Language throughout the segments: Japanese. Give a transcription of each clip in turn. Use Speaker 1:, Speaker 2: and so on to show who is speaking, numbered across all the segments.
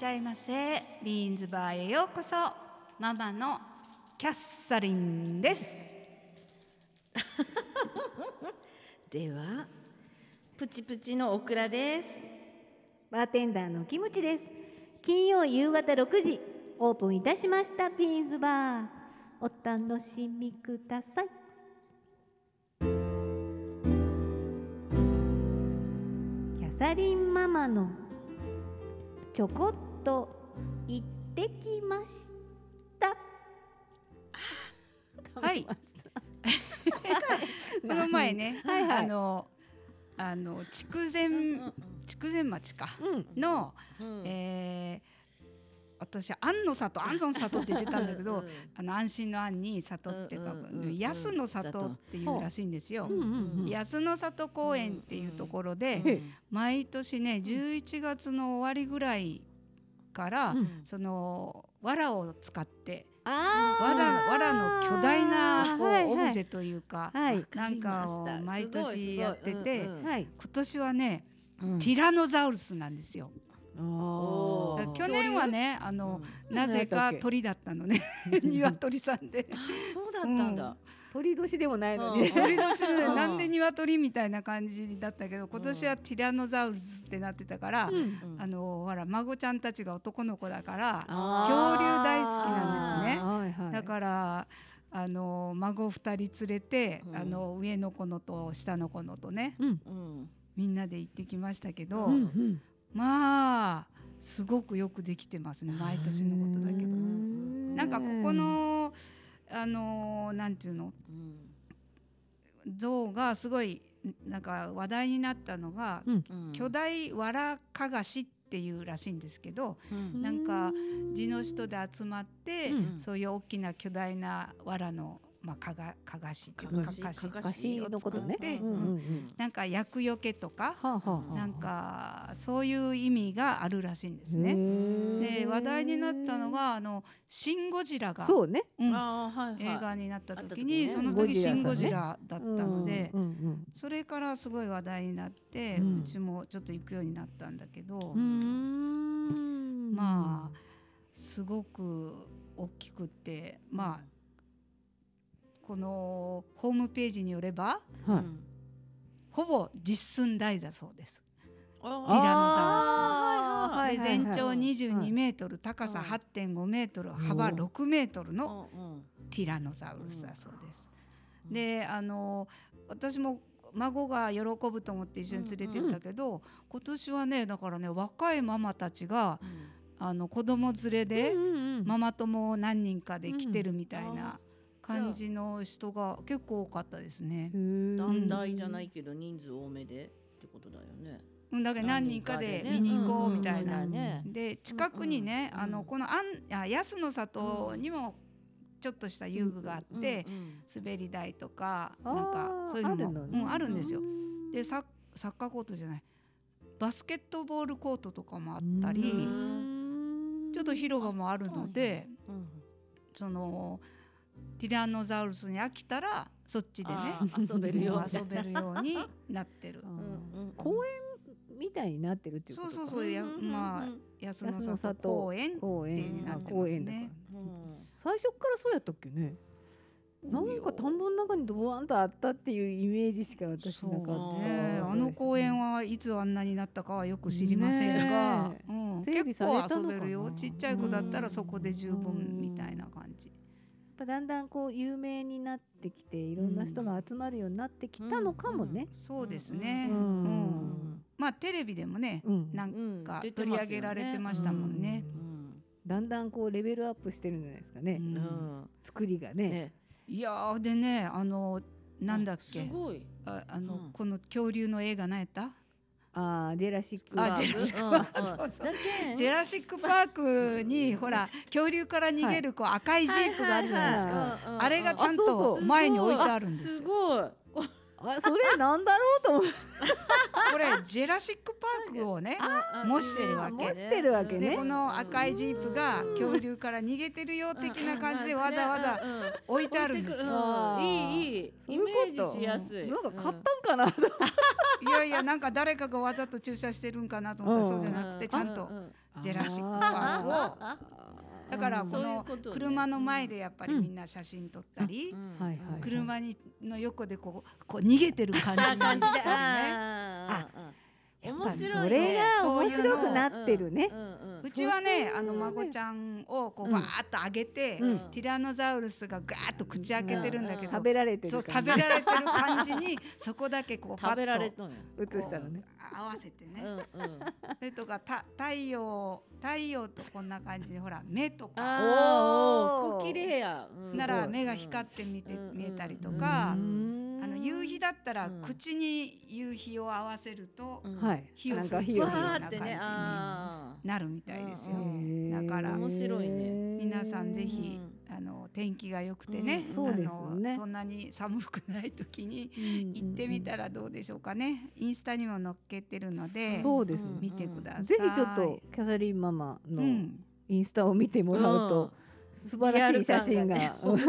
Speaker 1: らいませビーンズバーへようこそママのキャッサリンです
Speaker 2: ではプチプチのオクラです
Speaker 3: バーテンダーのキムチです金曜夕方6時オープンいたしましたビーンズバーお楽しみくださいキャサリンママのちょこっと行ってきました
Speaker 1: はいこの前ね
Speaker 3: はいはい
Speaker 1: あのあの筑前筑前町か
Speaker 3: うん
Speaker 1: の、
Speaker 2: うん
Speaker 1: えー私安の里安存里って言ってたんだけ ど、あの安心の安に里って書く、
Speaker 2: うんうんうんうん
Speaker 1: 安の里っていうらしいんですよ
Speaker 3: う。んうんうん
Speaker 1: 安の里公園っていうところで、
Speaker 3: うん
Speaker 1: 毎年ね11月の終わりぐらいから、
Speaker 3: うん
Speaker 1: その藁を使って
Speaker 3: あー
Speaker 1: 藁藁の巨大なこう
Speaker 3: はいはい
Speaker 1: オブジェというか、
Speaker 3: はい
Speaker 1: なんかを毎年やってて、
Speaker 3: はい
Speaker 1: 今年はね、
Speaker 2: テ
Speaker 1: ティラノザウルスなんですよ。
Speaker 3: お
Speaker 2: ー
Speaker 1: 去年はねあの、なぜか鳥だったのね 鶏さんで
Speaker 2: そうだったんだ、
Speaker 3: 鳥年でもないのに
Speaker 2: うん
Speaker 1: 鳥年で
Speaker 2: うん
Speaker 1: なんで鶏みたいな感じだったけど今年はティラノザウルスってなってたから、
Speaker 3: うん
Speaker 2: うん
Speaker 1: あのほら孫ちゃんたちが男の子だから
Speaker 3: あ
Speaker 1: 恐竜
Speaker 3: ー
Speaker 1: 大好きなんですね
Speaker 3: はいはい
Speaker 1: だからあの孫二人連れて、
Speaker 2: うん
Speaker 1: あの上の子のと下の子のとね
Speaker 3: うん
Speaker 2: うん
Speaker 1: みんなで行ってきましたけど、
Speaker 3: うんうん
Speaker 1: まあすごくよくできてますね毎年のことだけど。なんかここのあのなんていうの
Speaker 2: うん
Speaker 1: 像がすごいなんか話題になったのが、
Speaker 2: うん
Speaker 1: 巨大わらかがしっていうらしいんですけど
Speaker 2: うん
Speaker 1: なんか地の人で集まって、
Speaker 3: うん
Speaker 1: そういう大きな巨大なわらの、まあ、かがかがしっていうか
Speaker 3: かが
Speaker 2: し
Speaker 1: かかし
Speaker 2: かがし
Speaker 3: 昔のことね
Speaker 1: 作って
Speaker 3: うんうんうん
Speaker 1: なんか厄除けとか
Speaker 3: はあはあはあ
Speaker 1: なんかそういう意味があるらしいんですね。
Speaker 3: ね
Speaker 1: で話題になったのがあの「シン・ゴジラが」
Speaker 3: そうね
Speaker 1: うん
Speaker 2: あーはいはい
Speaker 1: 映画になった時
Speaker 2: あ
Speaker 1: に
Speaker 2: った時ね
Speaker 1: その時「シン・
Speaker 3: ゴ
Speaker 1: ゴ
Speaker 3: ジ
Speaker 1: ジ
Speaker 3: ラ
Speaker 1: ラ」だったので
Speaker 3: うんうん
Speaker 1: それからすごい話題になって
Speaker 3: うん
Speaker 1: うちもちょっと行くようになったんだけど
Speaker 3: うん
Speaker 1: まあすごく大きくてまあこのホームページによれば
Speaker 3: あはい
Speaker 2: うん
Speaker 1: ほぼ実寸大だそうです。
Speaker 2: あ
Speaker 1: ティラノザウルス
Speaker 3: あー
Speaker 2: は
Speaker 1: で全長22メートル高さ
Speaker 2: うん
Speaker 1: 8.5メートル幅
Speaker 3: おー
Speaker 1: 6メートルの
Speaker 2: うんうん
Speaker 1: ティラノザウルスだそうです。
Speaker 2: うん
Speaker 1: であの私も孫が喜ぶと思って一緒に連れてったけど、今年はねだからね若いママたちが
Speaker 2: うん
Speaker 1: あの子供連れで、
Speaker 3: うんうん
Speaker 1: ママ友何人かで来てるみたい
Speaker 2: うん
Speaker 1: な感じの人が結構多かったですね
Speaker 3: う。ん
Speaker 2: 団体じゃないけど人数多めでってことだよね。
Speaker 1: うん、だから何人かで
Speaker 2: ね
Speaker 1: 見に行こうみたい
Speaker 2: ん
Speaker 1: な。
Speaker 2: んね
Speaker 1: で近くにね、
Speaker 2: うん
Speaker 1: あのこのあんあ安の里にもちょっとした遊具があって、
Speaker 2: うんうん
Speaker 1: 滑り台とか
Speaker 3: あー
Speaker 1: なんかそういうのも
Speaker 3: あるの
Speaker 1: う
Speaker 3: ね
Speaker 1: ん、あるんですよ
Speaker 3: う。ん
Speaker 1: でサッサッカーコートじゃないバスケットボールコートとかもあった
Speaker 2: う
Speaker 1: り
Speaker 2: ん
Speaker 1: ちょっと広場もあるので
Speaker 2: うん
Speaker 1: そのティラノザウルスに飽きたらそっちでね
Speaker 2: あー遊べるよ
Speaker 1: もう遊べるようになってる
Speaker 3: う
Speaker 2: うんんうん
Speaker 3: 公園みたいになってるっていうことか
Speaker 1: そうそうそうやまあ安
Speaker 3: 安
Speaker 1: の里
Speaker 3: の里
Speaker 1: 公園
Speaker 3: 公
Speaker 1: って
Speaker 3: 園
Speaker 2: な
Speaker 3: あ
Speaker 2: ってますね
Speaker 3: 公園だから
Speaker 2: うん
Speaker 3: 最初からそうやったっけねなんか田んぼの中にドワンとあったっていうイメージしか私
Speaker 1: そ
Speaker 3: なかっ
Speaker 1: う
Speaker 3: た
Speaker 1: ねあの公園はいつあんなになったかはよく知りませんが
Speaker 3: ね、え
Speaker 1: うん、
Speaker 3: 整備
Speaker 1: 結
Speaker 3: され
Speaker 1: 構
Speaker 3: た
Speaker 1: 遊
Speaker 3: のかな
Speaker 1: べるよちっちゃい子だったらそこで十分みたいな感じ。
Speaker 3: やっぱだんだんこう有名になってきていろんな人が集まるようになってきたのかもね。
Speaker 1: そうですね、
Speaker 3: う
Speaker 1: うん
Speaker 3: ん
Speaker 1: まあテレビでもね、
Speaker 3: うん
Speaker 1: なん
Speaker 2: うん
Speaker 1: か
Speaker 2: 出て
Speaker 1: 取り
Speaker 2: ますよね
Speaker 1: 上げられてましたもんね。
Speaker 2: うん
Speaker 3: だんだんこうレベルアップしてるんじゃないですかね、
Speaker 1: うん
Speaker 2: うん
Speaker 3: 作りがね。
Speaker 2: ね
Speaker 1: いやーでねあのなんだっ
Speaker 2: あ
Speaker 1: け
Speaker 2: すごい。
Speaker 1: ああの、
Speaker 2: うん
Speaker 1: この恐竜の映画何やった
Speaker 3: ああジェラシック
Speaker 1: あ
Speaker 3: ワ
Speaker 1: ジェ
Speaker 3: ー
Speaker 1: ラ
Speaker 3: ルド
Speaker 1: シックワールド
Speaker 2: うんうん
Speaker 1: そうそう
Speaker 2: だけん
Speaker 1: ジェラシック・パークにほら恐竜から逃げるこう赤いジープがあるじゃないですか、
Speaker 3: はいはい
Speaker 1: あれがちゃん
Speaker 3: あそう
Speaker 1: と
Speaker 3: そ
Speaker 1: 前に置いてあるんですよ。
Speaker 2: すごい。
Speaker 3: あそれなんだろうと思って
Speaker 1: これジェラシック・パークをね模してるわけ
Speaker 3: 模してるわけね
Speaker 1: でこの赤いジープが恐竜から逃げてるよ的な感じでわざわざ
Speaker 2: ざ
Speaker 1: 置いてあるんですよ。
Speaker 3: あー
Speaker 2: いいいい
Speaker 3: そう
Speaker 2: イ
Speaker 3: いう
Speaker 2: メ
Speaker 3: こと
Speaker 2: ージしやすい。
Speaker 3: なんか買っ
Speaker 2: うん
Speaker 3: たんかなと、
Speaker 1: いやいやなんか誰かがわざと注射してるんかなと思ったら
Speaker 3: うん
Speaker 1: そうじゃなくてちゃんと
Speaker 2: うん
Speaker 1: ジェラシック
Speaker 3: あ
Speaker 1: パ
Speaker 3: ー
Speaker 1: をだからこ
Speaker 2: そういう
Speaker 1: の
Speaker 2: ことね。
Speaker 1: 車の前でやっぱり
Speaker 3: うん
Speaker 1: みんな写真撮ったり、
Speaker 3: はいはいい
Speaker 1: 車にの横でこうこう逃げてる感じ に
Speaker 2: 感じで。
Speaker 1: したりね。
Speaker 2: あーあー、面
Speaker 3: そ
Speaker 2: 白い
Speaker 3: れ
Speaker 2: ね。
Speaker 3: が
Speaker 1: そうい
Speaker 3: 面
Speaker 1: うの
Speaker 3: 白くなってるね
Speaker 2: う。んうん
Speaker 1: うちはね
Speaker 3: そう
Speaker 1: あの孫ちゃんをこ
Speaker 3: う
Speaker 1: うんバーっと上げて、
Speaker 3: うん
Speaker 1: ティラノザウルスがガーッと口開けてるんだけど、
Speaker 3: 食べられて
Speaker 1: そう
Speaker 3: る
Speaker 1: 食
Speaker 3: 感
Speaker 1: べられてる感じに そこだけこうパ
Speaker 2: 食べら
Speaker 1: ッ
Speaker 2: れ
Speaker 1: と
Speaker 2: とんや。
Speaker 3: じ映したのね。
Speaker 1: 合わせて
Speaker 2: う
Speaker 1: ね、
Speaker 2: んうん。
Speaker 1: それとかた太陽太陽とこんな感じでほら目とか
Speaker 2: あ
Speaker 3: おー
Speaker 2: あ、こ綺麗や。うん
Speaker 1: な
Speaker 3: す
Speaker 1: ら
Speaker 3: ごい
Speaker 1: 目が光って見て、
Speaker 2: うん
Speaker 1: 見えたりと
Speaker 3: う
Speaker 1: か、
Speaker 3: ん
Speaker 1: あの夕日だったら
Speaker 2: うん
Speaker 1: 口に夕日を合わせると
Speaker 2: うん
Speaker 3: はい。
Speaker 1: 火を
Speaker 3: なんか
Speaker 1: 吹
Speaker 3: 火
Speaker 1: く
Speaker 3: を
Speaker 2: わ
Speaker 3: 吹いて
Speaker 2: ーって
Speaker 1: いい
Speaker 2: ね
Speaker 1: よ、
Speaker 2: あ
Speaker 1: なるみたいですよ。
Speaker 2: うん
Speaker 1: だから
Speaker 2: 面白いね
Speaker 1: 皆さんぜ
Speaker 2: ー
Speaker 1: ひあの天気が良くてね、
Speaker 2: うん
Speaker 3: そうですよね
Speaker 1: あのそんなに寒くない時に
Speaker 3: 行
Speaker 1: 行ってみたらどうでしょうかね。インスタにも載っけてるので、
Speaker 3: そうです
Speaker 2: うん
Speaker 3: ね。
Speaker 1: 見てください。
Speaker 3: ぜひちょっとキャサリンママ
Speaker 1: う
Speaker 3: の
Speaker 1: ん、
Speaker 3: インスタを見てもらうと素晴らしい写真が。
Speaker 2: リアル
Speaker 3: うん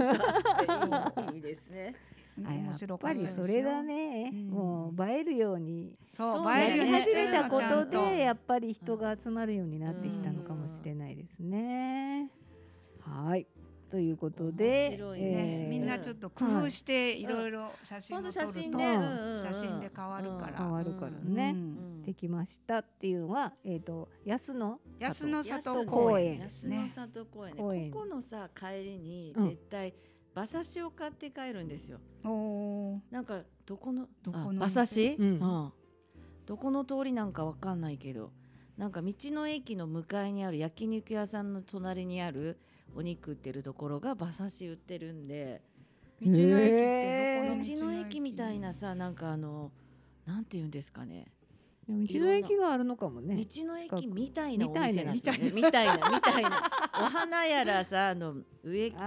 Speaker 2: いいですね。
Speaker 3: あ
Speaker 1: 面白か
Speaker 3: や
Speaker 1: っで
Speaker 3: ったぱり
Speaker 1: すよ。
Speaker 3: それだね、
Speaker 1: うん
Speaker 3: もう映えるように
Speaker 1: そう、
Speaker 2: 人
Speaker 1: 映
Speaker 3: や
Speaker 1: えるよう
Speaker 3: り
Speaker 1: にし
Speaker 3: 始
Speaker 1: て
Speaker 3: め
Speaker 1: る
Speaker 3: た
Speaker 1: の
Speaker 3: こ
Speaker 1: ちゃ
Speaker 3: と
Speaker 1: んと
Speaker 3: でやっぱり人が集まるようになってきたのかもしれないですね。はいということで
Speaker 2: 面、白い
Speaker 1: ね
Speaker 2: えー
Speaker 1: みんなちょっと工夫していろいろ写真を
Speaker 2: 本
Speaker 1: 撮
Speaker 2: 当
Speaker 1: ると、
Speaker 2: 写真
Speaker 3: ね
Speaker 2: で、
Speaker 3: うん
Speaker 1: 写真で変わるから
Speaker 3: 変わるから
Speaker 1: うん
Speaker 3: ね
Speaker 2: うん
Speaker 3: できましたっていうのが、えっ、と安野
Speaker 1: 安野里
Speaker 3: 公
Speaker 1: 公
Speaker 3: 園
Speaker 1: 園
Speaker 3: で
Speaker 1: です
Speaker 2: 安
Speaker 1: ね
Speaker 2: 野。里公園
Speaker 3: 公園
Speaker 2: ね。ここのさ帰りに
Speaker 3: うん
Speaker 2: 絶対馬刺しを買って帰るんですよ。
Speaker 1: おー
Speaker 2: なんかどこの
Speaker 1: どこの
Speaker 2: あ馬刺し、
Speaker 3: うん
Speaker 2: どこの通りなんかわかんないけどなんか道の駅の向かいにある焼肉屋さんの隣にあるお肉売ってるところが馬刺し売ってるんで
Speaker 1: 道の駅って
Speaker 3: へ
Speaker 1: ど
Speaker 2: 道
Speaker 1: こ
Speaker 3: ー
Speaker 1: の
Speaker 2: の駅みたいなさなんかあのなんて言うんですかね
Speaker 3: でもうちの駅があるのかも
Speaker 2: 道
Speaker 3: ね。
Speaker 2: の
Speaker 3: 近
Speaker 2: 駅
Speaker 3: く
Speaker 2: みたいなお店なんですよねみたいな みたいなお花やらさあの植木ね植木と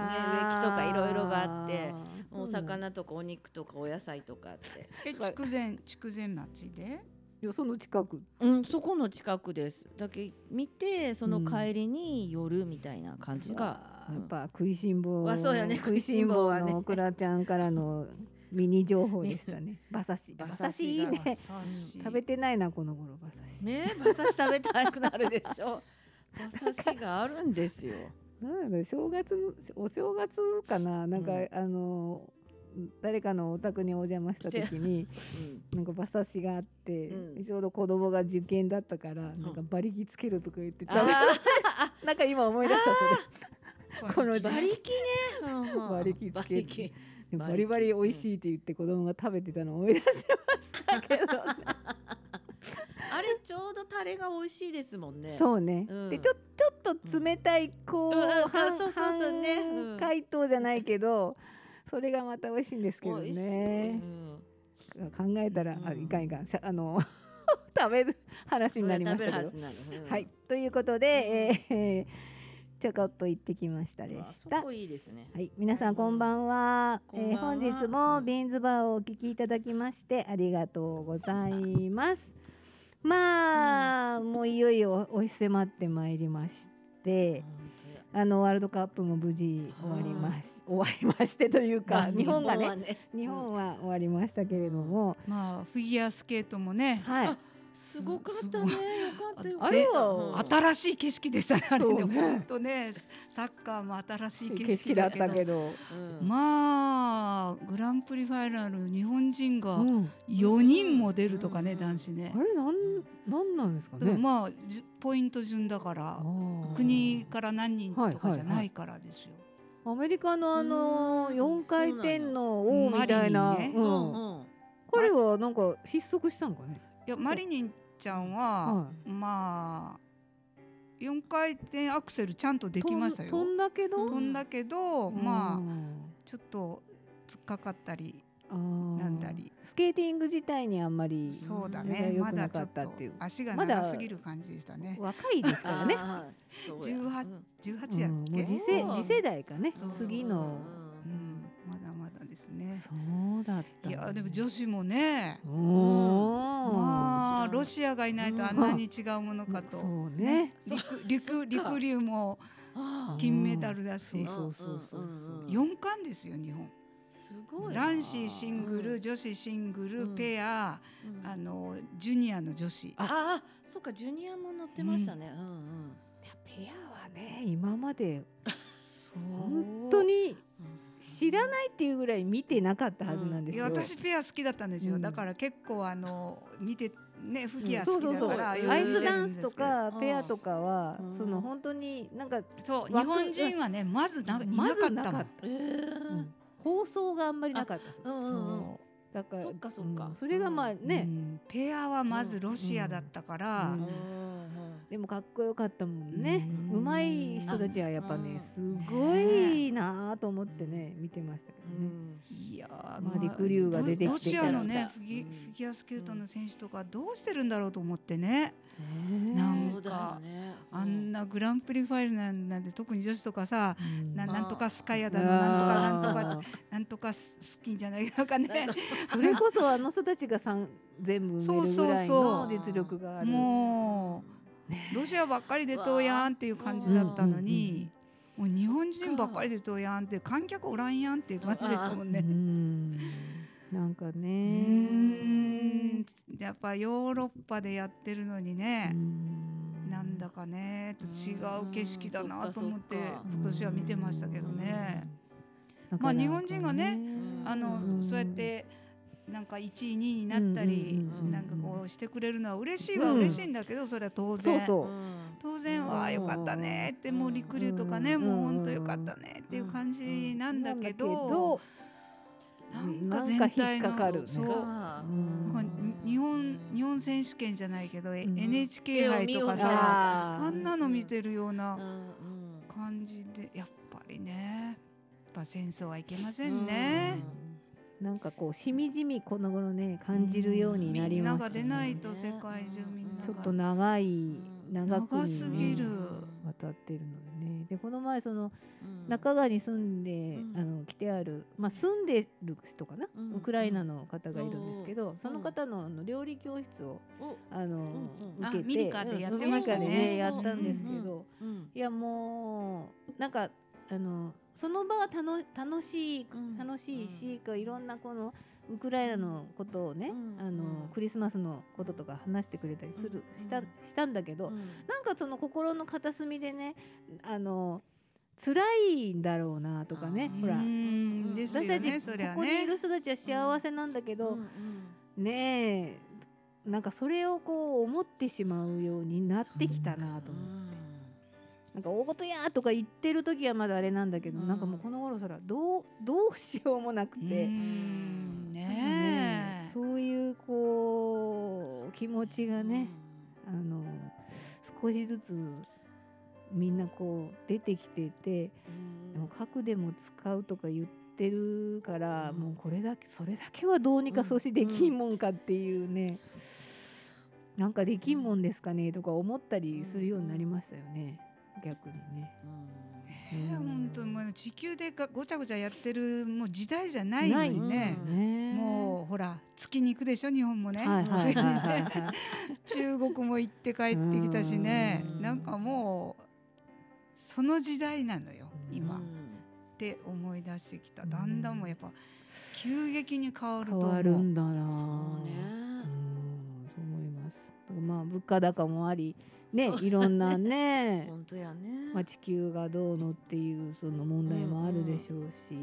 Speaker 2: かいろいろがあって
Speaker 3: ー
Speaker 2: お魚とかお肉とかお野菜とかあって
Speaker 1: え筑前筑前町で
Speaker 3: よその近く
Speaker 2: うん、そこの近くです。だけ見て、その帰りに寄るみたいな感じが。
Speaker 3: あーやっぱ食いしん坊、
Speaker 2: あそうやね
Speaker 3: 食いしん坊
Speaker 2: 食いしん坊はね
Speaker 3: のオクラちゃんからのミニ情報でしたね。馬刺し、馬
Speaker 2: 馬
Speaker 3: 刺
Speaker 2: 刺
Speaker 3: し
Speaker 2: し
Speaker 3: いい
Speaker 2: が
Speaker 3: ね。食べ
Speaker 1: て
Speaker 3: てないなこの頃馬刺し。
Speaker 2: ね、馬刺し食べたくなるでし ょ馬刺しがあるんですよ。
Speaker 3: なんだろう正月のお正月かななんか、
Speaker 2: うん
Speaker 3: あの誰かのお宅にお邪魔した時に
Speaker 2: うん、
Speaker 3: なんか馬刺しがあって、
Speaker 2: うん
Speaker 3: ちょうど子供が受験だったから、なんか馬力つけるとか言ってた、
Speaker 2: あ
Speaker 3: なんか今思い出したこの
Speaker 2: ー馬力ね。うんうん
Speaker 3: 馬力つけてそれ
Speaker 2: 馬
Speaker 3: バ
Speaker 2: 力
Speaker 3: リバリ美味しいって言って子供が食べてたのを思い出しましたけど、
Speaker 2: あれちょうどタレが美味しいですもん ね。
Speaker 3: そうね、
Speaker 2: うん
Speaker 3: でちょちょっと冷たいこう、
Speaker 2: うんうん
Speaker 3: 半
Speaker 2: そうそうそうね
Speaker 3: 半
Speaker 2: うん
Speaker 3: 解凍じゃないけどそれがまた美味しいんですけど
Speaker 2: 美味しい。
Speaker 3: ね
Speaker 2: う。ん
Speaker 3: 考えたら、あ
Speaker 2: うん
Speaker 3: いかんいかんしゃあの 食べる話になりました
Speaker 2: そ
Speaker 3: け
Speaker 2: れ
Speaker 3: ど
Speaker 2: 食べる話。になるうん
Speaker 3: はいということで、えー ちょこっと行ってきましたで
Speaker 2: うわ
Speaker 3: し
Speaker 2: そ
Speaker 3: た。
Speaker 2: こいいですね。
Speaker 3: はい、皆さんこんばんは。
Speaker 2: こんばんは
Speaker 3: えー本日もビーンズバーをお聞きいただきましてありがとうございます。まあ、もういよいよお押し迫ってまいりまして、
Speaker 2: 本当や
Speaker 3: あのワールドカップも無事終わりまし、終わりましてというか、日本がね、
Speaker 2: ね
Speaker 3: 日本は終わりましたけれども、
Speaker 1: まあフィギュアスケートもね
Speaker 3: はい。
Speaker 2: すごかったね。よかったよかった。
Speaker 3: あれは
Speaker 2: うん
Speaker 1: 新しい景色でしたねあれ
Speaker 3: そ
Speaker 1: ね
Speaker 3: うね
Speaker 1: 本当ねサッカーも新しい景
Speaker 3: 景色
Speaker 1: 色
Speaker 3: だ
Speaker 1: だ
Speaker 3: っ
Speaker 1: け
Speaker 3: た
Speaker 1: ど
Speaker 3: けど、
Speaker 2: うん
Speaker 1: まあグランプリファイナル日本人
Speaker 3: う
Speaker 1: が
Speaker 3: ん、
Speaker 1: 4人も出るとかね
Speaker 2: うん
Speaker 1: 男子ね
Speaker 3: あれなんなんなんですか
Speaker 1: で
Speaker 3: ね。
Speaker 1: まあじポイント順だから
Speaker 3: あー
Speaker 1: 国から何人とかじゃないからですよ
Speaker 3: アメリカのあの
Speaker 2: うーん
Speaker 3: 四回転の王みたいな、
Speaker 1: そうなん
Speaker 3: う
Speaker 1: や
Speaker 3: ん、
Speaker 2: ん
Speaker 3: 彼はなんか失速したのかね。
Speaker 1: いやマリニンちゃんは
Speaker 3: は
Speaker 1: まあ4回転アクセルちゃんと
Speaker 3: い。
Speaker 1: できました
Speaker 3: 飛
Speaker 1: よ
Speaker 3: んだけど、
Speaker 1: 飛んだけどまあ
Speaker 3: あ
Speaker 1: ちょっと突っかかったり
Speaker 3: ー、
Speaker 1: なんだり
Speaker 3: スケーティング自体にあんまり
Speaker 1: そうだ
Speaker 3: それ
Speaker 1: ね
Speaker 3: が良
Speaker 1: ま
Speaker 3: く
Speaker 1: だ
Speaker 3: な
Speaker 1: ち
Speaker 3: か
Speaker 1: ょ
Speaker 3: っ
Speaker 1: ったと
Speaker 3: っていう。
Speaker 1: 足が
Speaker 3: まだ
Speaker 1: 長すぎる感じでしたね
Speaker 3: 若いですからね。
Speaker 2: あーそうや
Speaker 1: 18
Speaker 2: うん
Speaker 1: 18
Speaker 3: う
Speaker 1: やっ
Speaker 3: ん、も
Speaker 1: け
Speaker 3: う次世
Speaker 2: うん
Speaker 3: 次世代かね
Speaker 2: そう。
Speaker 3: 次の。
Speaker 1: う
Speaker 2: うん
Speaker 1: んまだまだですね
Speaker 3: そうだった
Speaker 1: い
Speaker 3: のね。
Speaker 1: やでも女子もね
Speaker 3: おー。
Speaker 1: まあ
Speaker 2: 面白い
Speaker 1: ロシアがいないとあんなに違うものかと
Speaker 3: そうね。
Speaker 1: 陸陸陸竜も
Speaker 2: あ
Speaker 1: 金メダルだ
Speaker 3: う
Speaker 1: し
Speaker 3: んそうそうそうそう
Speaker 2: うん
Speaker 1: 4冠ですよ日本
Speaker 2: すごいな
Speaker 1: 男子シングル、女子シングル、
Speaker 2: うん
Speaker 1: ペア
Speaker 2: うん
Speaker 1: あのジュニアの女子
Speaker 2: ああそうかジュニアも乗ってましたねうんう
Speaker 3: い
Speaker 2: ん
Speaker 3: やペアは今まで
Speaker 1: そう
Speaker 3: 本当に知らないっていうぐらい見てなかったはずなんで
Speaker 1: い
Speaker 3: す
Speaker 1: や
Speaker 3: よ。
Speaker 1: 私ペア好きだったんですよ、
Speaker 3: うん
Speaker 1: だから結構あの見てね吹き矢
Speaker 3: そ
Speaker 1: 好
Speaker 3: う
Speaker 1: き
Speaker 3: そう
Speaker 1: だ
Speaker 3: そう
Speaker 1: から
Speaker 3: ア
Speaker 1: よ
Speaker 3: イ
Speaker 1: く見て
Speaker 3: スダ
Speaker 1: る
Speaker 3: ン
Speaker 1: ん
Speaker 3: ス
Speaker 1: ですけど
Speaker 3: とかペアとかは
Speaker 2: うん
Speaker 3: その本当になんか、
Speaker 1: そう
Speaker 3: 枠
Speaker 1: 日本人はねまずなんかい
Speaker 3: ま
Speaker 1: なか
Speaker 3: ず
Speaker 1: った
Speaker 3: な
Speaker 1: も
Speaker 3: か
Speaker 1: ん
Speaker 3: った、うん放送があんまりなかった
Speaker 2: あうんうんうん
Speaker 3: そうだから
Speaker 2: そっかそっか
Speaker 3: んそれがまあね、
Speaker 1: うんペアはまずロシアだったから、
Speaker 3: うんでもかっこよかったもんね
Speaker 1: うん
Speaker 3: うまい人たちはやっぱ
Speaker 2: う
Speaker 3: ね
Speaker 2: ん
Speaker 3: すごいなあと思ってね見てましたけどね、
Speaker 1: いやーま
Speaker 3: ありくりゅうが出てきて
Speaker 1: ロシアのね
Speaker 2: う
Speaker 1: フィ
Speaker 2: ん
Speaker 1: ギュフィギュアスケートの選手とかどうしてるんだろうと思ってね、
Speaker 3: ね
Speaker 1: な
Speaker 2: そ
Speaker 1: ん
Speaker 2: うだよ
Speaker 1: か
Speaker 2: ね
Speaker 1: あんなグランプリファイルなんなんて特に女子とかさ、な
Speaker 2: まあ
Speaker 1: なんとかスカイアだのなんとかなんとか
Speaker 3: あー
Speaker 1: なんとかススキンじゃないなんかね
Speaker 3: それこそあの人たちがさん全部埋めるぐらいの実力がある
Speaker 1: もうロシアばっかり出とうやんっていう感じだったのに、もう日本人ばっかり出とうやんって観客おらんやんっていう感じでしたもんね
Speaker 3: う。んなんか
Speaker 1: う
Speaker 3: ね
Speaker 1: んやっぱヨーロッパでやってるのにね、なんだかねと違う景色だなと思って
Speaker 2: うんそっかそっか
Speaker 1: 今年は見てましたけどね。
Speaker 3: うん
Speaker 1: まあ日本人がね
Speaker 2: うん
Speaker 1: あの
Speaker 3: うん
Speaker 1: そうやってなんか1位2位になったり、
Speaker 2: うん
Speaker 1: なんかこうしてくれるのは嬉しいは
Speaker 3: うん
Speaker 1: 嬉しいんだけど、それは当
Speaker 3: そう
Speaker 1: 然。
Speaker 3: そう
Speaker 1: 当然
Speaker 2: うん
Speaker 1: はよかったねってもう
Speaker 2: うん
Speaker 1: りくりゅうとかねもうほんと
Speaker 3: うん
Speaker 1: よかったねっていう感じなんだけ
Speaker 3: なん
Speaker 1: どなんか全体
Speaker 3: なんか引っかかる
Speaker 1: の
Speaker 3: ね
Speaker 1: そう
Speaker 3: うん
Speaker 1: なんか日本日本選手権じゃないけど
Speaker 3: ん
Speaker 1: NHK 杯とか
Speaker 3: 見ようさ
Speaker 1: さ
Speaker 3: あー
Speaker 1: あんなの見てるような感じでやっぱりねやっぱ戦争はいけませんね。
Speaker 3: なんかこうしみじみこの頃ね感じるようになりま
Speaker 1: みんなが
Speaker 3: し
Speaker 1: 出
Speaker 3: た
Speaker 1: ないと世界中みんなが
Speaker 3: ちょっと長い長く
Speaker 1: 長
Speaker 3: ね
Speaker 1: すぎる。
Speaker 3: 渡ってるのでねでこの前その中川に住んで
Speaker 2: うん
Speaker 3: あの来てあるまあ住んでる人かな
Speaker 2: うん
Speaker 3: ウクライナの方がいるんですけどその方のあの料理教室をあの
Speaker 2: ん
Speaker 1: うん
Speaker 3: 受けて
Speaker 1: あミリカでやって
Speaker 2: ましたね
Speaker 3: うんミリカでやったんですけ
Speaker 2: うんう
Speaker 3: どいやもうなんかあのその場はたの楽しい
Speaker 2: うん
Speaker 3: 楽しいし、こういろんなこのウクライナのことをね、
Speaker 2: うん
Speaker 3: あの
Speaker 2: うん
Speaker 3: クリスマスのこととか話してくれたりする、
Speaker 2: うん
Speaker 3: した
Speaker 2: うん
Speaker 3: したんだけど、なんかその心の片隅でねあの辛いんだろうなとかね
Speaker 2: あー
Speaker 3: ほら
Speaker 1: う。んですよ
Speaker 3: 私たち、
Speaker 1: ね
Speaker 3: こ
Speaker 1: そりゃ
Speaker 3: こにい
Speaker 1: ね
Speaker 3: る。人たちは幸せなんだけど、ねえなんかそれをこう思ってしまうようになってきたなと思ってなんか大事やとか言ってる時はまだあれなんだけど、
Speaker 2: うん
Speaker 3: なんかもうこの頃そらどうどうしようもなく
Speaker 1: う
Speaker 3: て、
Speaker 1: ん
Speaker 3: なんかね
Speaker 1: ねえ。
Speaker 3: そういうこう気持ちがね、あの少しずつみんなこう出てきてて、でも核でも使うとか言ってるから、
Speaker 2: うん
Speaker 3: もうこれだけそれだけはどうにか阻止できんもんかっていうね、なんかできんもんですかねとか思ったりするようになりましたよね、逆にね。
Speaker 1: ねえ本当もう地球でがごちゃごちゃやってるもう時代じゃないの
Speaker 3: ない
Speaker 1: にね
Speaker 2: よね
Speaker 1: もうほら月に行くでしょ日本も
Speaker 3: う
Speaker 1: ね、
Speaker 3: はいは いはいはい
Speaker 1: それ
Speaker 3: は
Speaker 1: で
Speaker 3: い。
Speaker 1: 中国も行って帰ってきたしね
Speaker 2: うん
Speaker 1: なんかもうその時代なのよ今、
Speaker 3: う
Speaker 1: って思い出してきただんだんもうやっぱ急激に変わると
Speaker 3: 変
Speaker 1: 思う
Speaker 3: わるんだな。
Speaker 2: そう
Speaker 3: う
Speaker 2: ね
Speaker 3: んそう思います。まあ物価高もあり、ね
Speaker 2: そう、
Speaker 3: いろんな ね、
Speaker 2: 本当やね
Speaker 3: まあ地球がどうのっていうその問題もあるでしょうし、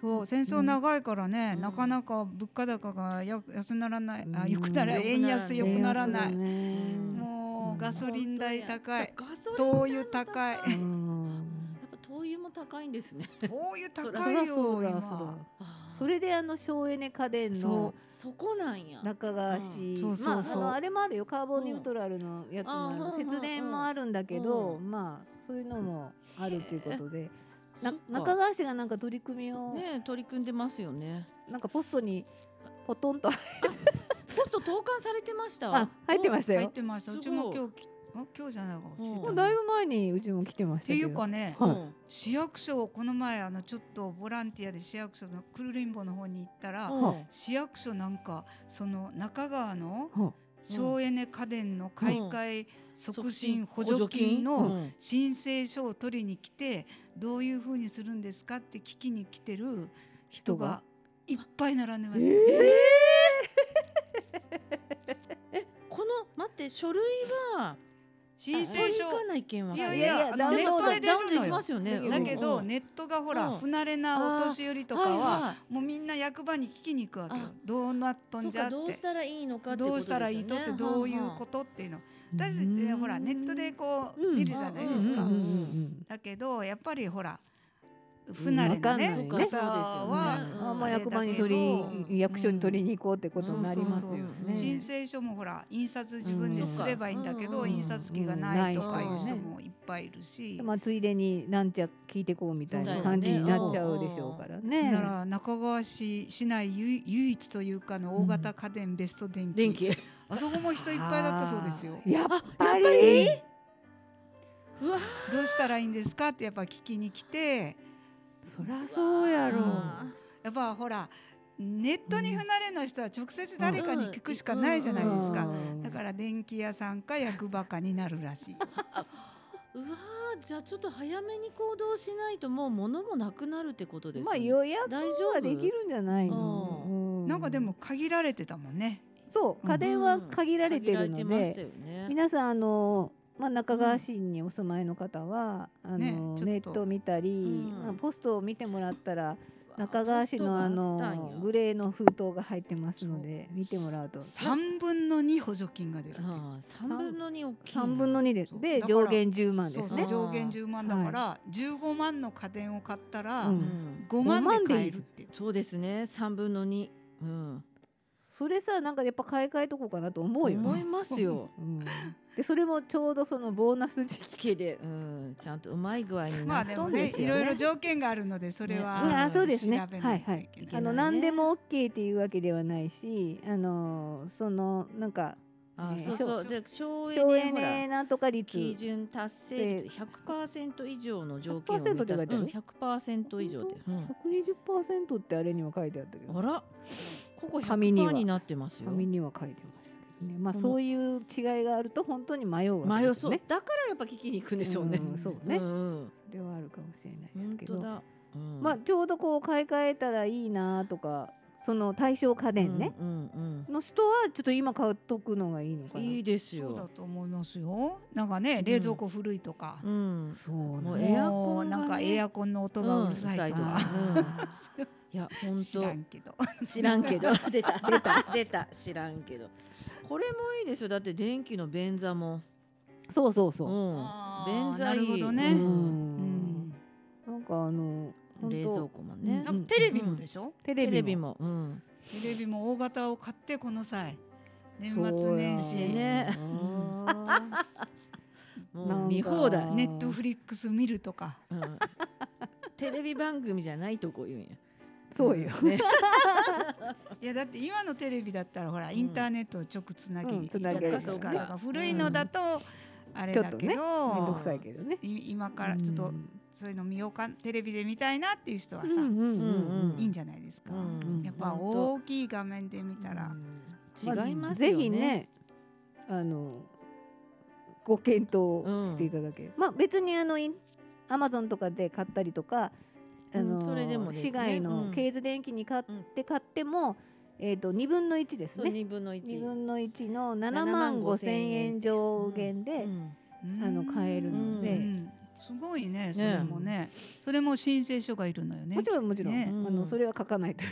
Speaker 1: そう戦争長いからね、
Speaker 2: うん
Speaker 1: なかなか物価高がや安ならない、あ
Speaker 3: うん
Speaker 1: よくなら
Speaker 2: よくならない
Speaker 1: 円安よくならない、
Speaker 3: 円安だね
Speaker 2: うん
Speaker 1: も
Speaker 3: うん
Speaker 1: うガソリン代高い、
Speaker 2: ガソリン
Speaker 1: 灯油高い
Speaker 2: や
Speaker 3: う
Speaker 2: っ
Speaker 3: ん
Speaker 2: ぱ灯油も高いんですね
Speaker 1: 灯油
Speaker 2: そ
Speaker 1: 高
Speaker 3: そら
Speaker 1: い
Speaker 3: そ
Speaker 1: よ
Speaker 3: らそ
Speaker 1: 今
Speaker 3: ら。それであの省エネ家電の
Speaker 1: そ
Speaker 2: そこなんや
Speaker 3: 中川市
Speaker 1: うんそうそう
Speaker 3: まああ
Speaker 1: そう
Speaker 3: のあれもあるよカーボンニュートラルのやつ
Speaker 2: うん
Speaker 3: も
Speaker 2: あー
Speaker 3: ある節電もあるんだけどまあそういうのもあるということでな
Speaker 2: そっか
Speaker 3: 中川市がなんか取り組みを
Speaker 2: ねえ取り組んでますよね
Speaker 3: なんかポストにポトンと
Speaker 2: ポスト投函されてました
Speaker 3: あ入ってました
Speaker 1: 入っ
Speaker 3: よ
Speaker 1: てました
Speaker 2: す
Speaker 1: う
Speaker 2: ごい
Speaker 1: ちも今日きあ今日じゃないか来てた
Speaker 2: も
Speaker 3: も
Speaker 1: な
Speaker 3: うだいぶ前にうちも来てま
Speaker 1: っ
Speaker 3: してた
Speaker 1: い
Speaker 3: け
Speaker 1: う
Speaker 3: ど
Speaker 1: かね
Speaker 2: うん
Speaker 3: は
Speaker 1: 市役所をこの前あのちょっとボランティアで市役所のくるりんぼの方に行ったら、
Speaker 2: うん
Speaker 1: 市役所なんかその中川の
Speaker 3: は
Speaker 1: 省エネ家電の買い替え促進補助金
Speaker 2: う
Speaker 1: の
Speaker 2: ん
Speaker 1: 申請書を取りに来てどういうふうにするんですかって聞きに来てる人がいっぱい並んでました。
Speaker 2: えこの待って書類は
Speaker 1: 申
Speaker 2: そう
Speaker 1: 請
Speaker 2: いう
Speaker 1: 書
Speaker 2: かな意見は。
Speaker 1: いやい
Speaker 3: いやい
Speaker 1: や
Speaker 3: や
Speaker 1: あ
Speaker 3: ダ
Speaker 1: の
Speaker 3: ウン
Speaker 1: ネ
Speaker 3: ロ
Speaker 1: ッ
Speaker 3: ード
Speaker 2: でも
Speaker 1: ト
Speaker 2: さ
Speaker 1: で出
Speaker 2: ダウン
Speaker 1: る
Speaker 2: で
Speaker 1: の
Speaker 2: き
Speaker 1: よ
Speaker 2: ますよね。
Speaker 3: だ
Speaker 1: だけ
Speaker 2: う
Speaker 1: ど
Speaker 2: ん
Speaker 1: ネットがほら
Speaker 2: うん
Speaker 1: 不慣れなお年寄りとか
Speaker 2: い
Speaker 1: はいもうみんな役場に聞きに行くわけよ
Speaker 2: あ
Speaker 1: どうなっとん
Speaker 2: そう
Speaker 1: じゃ
Speaker 2: か
Speaker 1: って
Speaker 2: どうしたらいいのかってこ
Speaker 1: ど
Speaker 2: と
Speaker 1: う
Speaker 2: で
Speaker 1: し
Speaker 2: すよ
Speaker 1: た
Speaker 2: ね。。
Speaker 1: らいいとってどういうこととっていうの私えほらネットでこ
Speaker 3: う
Speaker 1: うん見るじゃないです
Speaker 2: う
Speaker 1: か
Speaker 2: んうん
Speaker 1: だけどやっぱりほら不慣れなね
Speaker 3: わか
Speaker 1: 方
Speaker 3: んないね
Speaker 1: は
Speaker 2: そうですよね
Speaker 3: あ
Speaker 2: うん
Speaker 3: まあ
Speaker 1: あれだけ
Speaker 3: 役
Speaker 1: ど
Speaker 3: 場に取り、
Speaker 2: うん
Speaker 3: 役所に取りに行こうってことになりますよ
Speaker 2: うんそうそうそう
Speaker 3: ね。
Speaker 1: 申請書もほら印刷自分ですればいいんだけ
Speaker 2: うん
Speaker 1: ど
Speaker 2: うん
Speaker 1: 印刷機がないとかいう
Speaker 2: ない
Speaker 1: 人
Speaker 2: 人
Speaker 1: もいっぱいいるし
Speaker 3: まあついでになんちゃ聞いてこうみたいな感じになっちゃうでしょうからね。
Speaker 1: なら中川市市内唯唯一というかの大型家電ベスト電機,、
Speaker 2: 電気。
Speaker 1: あそこも人いっぱいだったそうですよ
Speaker 3: やっ
Speaker 2: あ
Speaker 3: ぱり
Speaker 2: うわ
Speaker 1: どうしたらいいんですかってやっぱ聞きに来て
Speaker 3: そりゃそうやろ
Speaker 1: やっぱほらネットに不慣れな人は直接誰かに聞くしかないじゃないですか、
Speaker 3: うん
Speaker 1: だから電気屋さんか役場かになるらしい
Speaker 2: うわーじゃあちょっと早めに行動しないともう物もなくなるってことです
Speaker 3: まあ
Speaker 2: ね。
Speaker 3: 予約
Speaker 2: 大丈
Speaker 3: は
Speaker 2: 夫
Speaker 3: できるんじゃないの。
Speaker 2: う
Speaker 3: う
Speaker 1: なんかでも限られてたもんね
Speaker 3: そう家電は限られてるので、
Speaker 2: 限られてましたよね
Speaker 3: 皆さんあの、まあ、中川市にお住まいの方は、あ
Speaker 1: ねちょ
Speaker 3: の
Speaker 1: っと
Speaker 3: ネット見たり、
Speaker 2: うん
Speaker 3: まあポストを見てもらったら
Speaker 2: うわー
Speaker 3: 中川市のあ
Speaker 2: ポストがあったん
Speaker 3: の
Speaker 2: や
Speaker 3: グレーの封筒が入ってますので見てもらうと
Speaker 1: 3分の2補助金が出るって
Speaker 2: ああ三分の二大きいな。
Speaker 3: 3分の2です
Speaker 1: そう
Speaker 3: で
Speaker 1: だから
Speaker 3: 上限10万で
Speaker 1: そう
Speaker 3: す
Speaker 1: そう
Speaker 3: ね。
Speaker 1: 上限10万だから15万の家電を買ったら
Speaker 3: う
Speaker 2: うんん
Speaker 1: 5万で買えるっていう
Speaker 2: そうですね三分の二。うん。
Speaker 3: それさなんかやっぱ買い替えとこうかなと思うよ
Speaker 2: 思い
Speaker 3: ね。
Speaker 2: ますよ。
Speaker 3: うんでそれもちょうどそのボーナス時期
Speaker 2: けでうんちゃんとうまい具合に
Speaker 1: ま
Speaker 2: な
Speaker 1: あ
Speaker 2: っ
Speaker 1: で
Speaker 2: と
Speaker 1: も
Speaker 2: ん
Speaker 1: ね
Speaker 2: です
Speaker 1: い
Speaker 2: よ
Speaker 1: ろいろ
Speaker 2: ね。
Speaker 1: 条件があるのでそれは、
Speaker 2: ね
Speaker 3: あそうですね
Speaker 1: 調べないといけない
Speaker 3: あの
Speaker 2: いけないね
Speaker 3: 何でも OK っていうわけではないしあのそのなんか
Speaker 2: あ
Speaker 3: ね
Speaker 2: そうそうで省
Speaker 3: 省
Speaker 2: エ
Speaker 3: エネ
Speaker 2: ネほら
Speaker 3: なんとか率
Speaker 2: 基準達成率100%以上の条件を満
Speaker 3: 100%
Speaker 2: たす
Speaker 3: って書いてある
Speaker 2: うん100%以上で。うん
Speaker 3: 120%ってあれには書いてあったけ
Speaker 2: あ
Speaker 3: ど
Speaker 2: らここ
Speaker 3: 紙には
Speaker 2: 100%になってますよ。
Speaker 3: 紙には書いてましたけどねまあ
Speaker 2: この
Speaker 3: そういう違いがあると本当に迷 うわけ
Speaker 2: 迷
Speaker 3: で
Speaker 2: う
Speaker 3: すよ
Speaker 2: そう
Speaker 3: ね
Speaker 2: だからやっぱ聞きに行くんでしょうね。
Speaker 3: うんそうね
Speaker 2: んん
Speaker 3: それはあるかもしれないです
Speaker 2: 本
Speaker 3: け
Speaker 2: 当
Speaker 3: ど
Speaker 2: だ。うん
Speaker 3: まあちょうどこう買い替えたらいいなとかその対象家電ね、
Speaker 2: うんうん
Speaker 3: の人はちょっと今買っとくのがいいのか
Speaker 2: うん
Speaker 3: ない
Speaker 2: いです
Speaker 1: そうだ
Speaker 2: よ。
Speaker 1: と思いますよなんかね冷蔵庫古いとか、
Speaker 2: うん。
Speaker 3: そう
Speaker 2: もう
Speaker 3: ね
Speaker 2: エアコンがね
Speaker 1: なんかエアコンの音がうるさいと
Speaker 2: うんうる
Speaker 1: か、
Speaker 2: さいとかうんいや 本
Speaker 1: 知らんけど
Speaker 2: 当知らんけど出た出た出た知らんけどこれもいいですよだって電気の便座も
Speaker 3: そうそう
Speaker 2: う
Speaker 3: そうん
Speaker 1: あー
Speaker 2: 便座いい
Speaker 1: なるほど
Speaker 3: う
Speaker 1: ね
Speaker 3: ん、
Speaker 1: うん
Speaker 3: なんかあの本当
Speaker 2: 冷蔵庫もね
Speaker 1: なんかテレビもでしょ、
Speaker 3: テレビ
Speaker 2: テ
Speaker 3: も
Speaker 2: レビもうん
Speaker 1: テレビも大型を買ってこの際年
Speaker 3: そ
Speaker 1: 末
Speaker 3: うや
Speaker 1: 年
Speaker 2: 私
Speaker 1: 始
Speaker 2: ね
Speaker 3: うん
Speaker 2: もう見放題
Speaker 3: なんか
Speaker 1: ネットフリックス見るとか
Speaker 2: うんテレビ番組じゃないとこ言うんや
Speaker 3: そうよ、
Speaker 2: ね
Speaker 1: いやだって今のテレビだったらほら
Speaker 2: うん
Speaker 1: インターネットを直つなぎ
Speaker 3: うん
Speaker 1: じ
Speaker 3: つ
Speaker 1: ゃな
Speaker 3: な
Speaker 1: いう
Speaker 3: げる
Speaker 1: ですか,、
Speaker 2: そうか
Speaker 1: だから古いのだとあれだけど、
Speaker 3: ちょっとねめんどくさいけどね
Speaker 1: い今からちょっとそういうの見ようかテレビで見たいなっていう人はさ、
Speaker 3: うんうん
Speaker 2: うん
Speaker 1: いいんじゃないですか、
Speaker 2: うん
Speaker 1: やっぱ
Speaker 2: 本
Speaker 1: 大きい画面で見たら、
Speaker 2: 当違います
Speaker 3: ぜ
Speaker 2: よね
Speaker 3: ひねあのご検討していただけ、まあ別にあのアマゾンとかで買ったりとかあ
Speaker 2: うん
Speaker 3: の、
Speaker 2: それでもですね
Speaker 3: 市外
Speaker 2: うん
Speaker 3: のケーズ電気に買って買っても、えっ、と2分の1です
Speaker 2: そう
Speaker 3: ね
Speaker 2: 二分の一
Speaker 3: 2分の1の7
Speaker 2: 75,000
Speaker 3: 万5千円上限で、
Speaker 2: うん
Speaker 1: うん
Speaker 3: あの買えるので、
Speaker 2: うん
Speaker 1: うんすごいねそれもねそれも申請書がいるのよね
Speaker 3: もちろんもちろん、
Speaker 1: ね
Speaker 3: あのそれは書かないと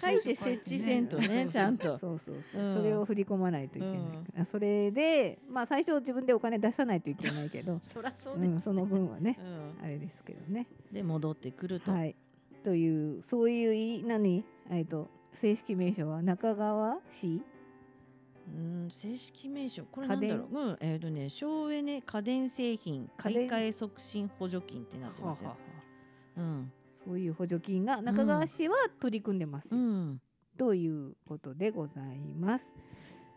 Speaker 2: 書いて設 置せんとねちゃんと
Speaker 3: そうそうそう、
Speaker 2: うん
Speaker 3: それを振り込まないといけないから、それでまあ最初自分でお金出さないといけないけど
Speaker 2: そらそううですね
Speaker 3: ん、その分はね
Speaker 2: うん
Speaker 3: あれですけどね。
Speaker 2: で戻ってくると、
Speaker 3: はいというそういうい何えっと正式名称は中川市
Speaker 2: うん正式名称これなんだろ
Speaker 3: 家
Speaker 2: う、うんえーとね、省エネ家電製品買い
Speaker 3: 家電
Speaker 2: 替え促進補助金ってなってますよ。うん
Speaker 3: そういう補助金が中川市は取り組んでます
Speaker 2: う
Speaker 3: よ、
Speaker 2: ん
Speaker 3: ということでございます。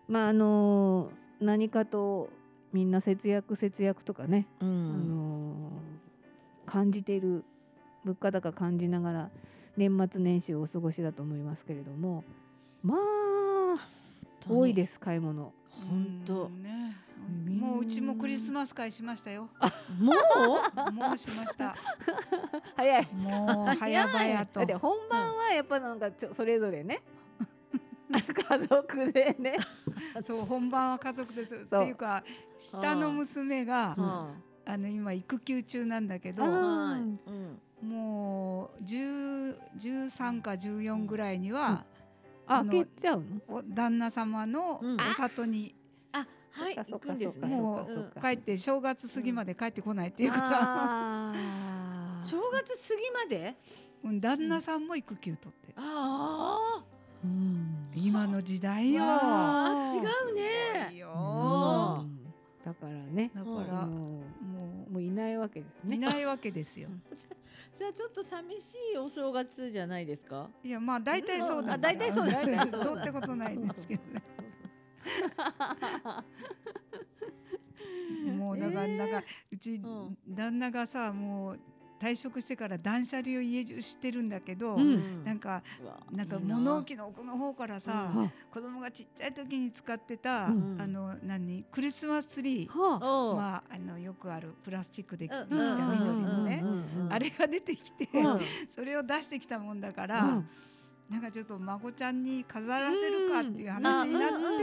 Speaker 3: まああの何かとみんな節約節約とかね
Speaker 2: う
Speaker 3: あ
Speaker 2: ん
Speaker 3: のー感じている物価高感じながら年末年始をお過ごしだと思いますけれどもまあ多い
Speaker 2: す
Speaker 3: です買い物
Speaker 2: 本当
Speaker 1: うんねもううちもクリスマス会しましたよ
Speaker 2: もう
Speaker 1: もうしました
Speaker 3: 早い
Speaker 1: もう早々
Speaker 3: だって
Speaker 1: と
Speaker 3: 本番はやっぱなんかちょそれぞれね家族でね
Speaker 1: そう本番は家族ですって
Speaker 3: そう
Speaker 1: いうか下の娘が
Speaker 3: うん
Speaker 2: は
Speaker 1: あの今育休中なんだけ
Speaker 2: い
Speaker 1: ど
Speaker 3: あ
Speaker 2: は
Speaker 3: う
Speaker 2: い
Speaker 3: ん
Speaker 2: うん
Speaker 1: もう10 13か14ぐらいには、
Speaker 3: あ
Speaker 1: その
Speaker 3: 開けちゃうの
Speaker 1: お旦那様の
Speaker 2: うん
Speaker 1: お里に
Speaker 2: あはい
Speaker 3: そ
Speaker 2: 行
Speaker 3: っか
Speaker 2: くんですね
Speaker 1: もう
Speaker 2: うん
Speaker 1: 帰って正月過ぎまで帰ってこないっていうから、
Speaker 3: あー
Speaker 2: 正月過ぎまで
Speaker 1: うん旦那さんも育休取って、
Speaker 2: ああ
Speaker 3: うん
Speaker 1: 今の時代よ。
Speaker 2: あー違う
Speaker 1: いい
Speaker 2: ね
Speaker 1: よ
Speaker 2: あー
Speaker 3: うんだからね
Speaker 1: だか
Speaker 2: うん
Speaker 1: ら
Speaker 3: あの
Speaker 1: も
Speaker 3: もういないわけです
Speaker 1: うい
Speaker 3: ね
Speaker 1: ないわけですよ。
Speaker 2: じゃあちょっと寂しいお正月じゃないですか
Speaker 1: いやまあ大体そうだ
Speaker 2: あ大体そうだ
Speaker 1: ね
Speaker 2: ね。
Speaker 1: どうってことないですけどね。もうだから
Speaker 2: えー
Speaker 1: なんかうち
Speaker 2: ん
Speaker 1: 旦那がさもう退職してから断捨離を家中してるんだけど、
Speaker 3: うん
Speaker 1: なんかなんか物置の奥の方からさ、
Speaker 3: は
Speaker 1: 子供がちっちゃい時に使ってた、
Speaker 3: うん
Speaker 1: あの何クリスマスツリー、
Speaker 3: は
Speaker 2: おあ
Speaker 1: まああのよくあるプラスチックでできた
Speaker 2: うん
Speaker 1: 緑のね、
Speaker 2: うんうんうんうん
Speaker 1: あれが出てきて、
Speaker 2: うん
Speaker 1: それを出してきたもんだから。
Speaker 3: うん
Speaker 1: なんかちょっと孫ちゃんに飾らせるかっていう話にな
Speaker 2: うんうん
Speaker 1: っ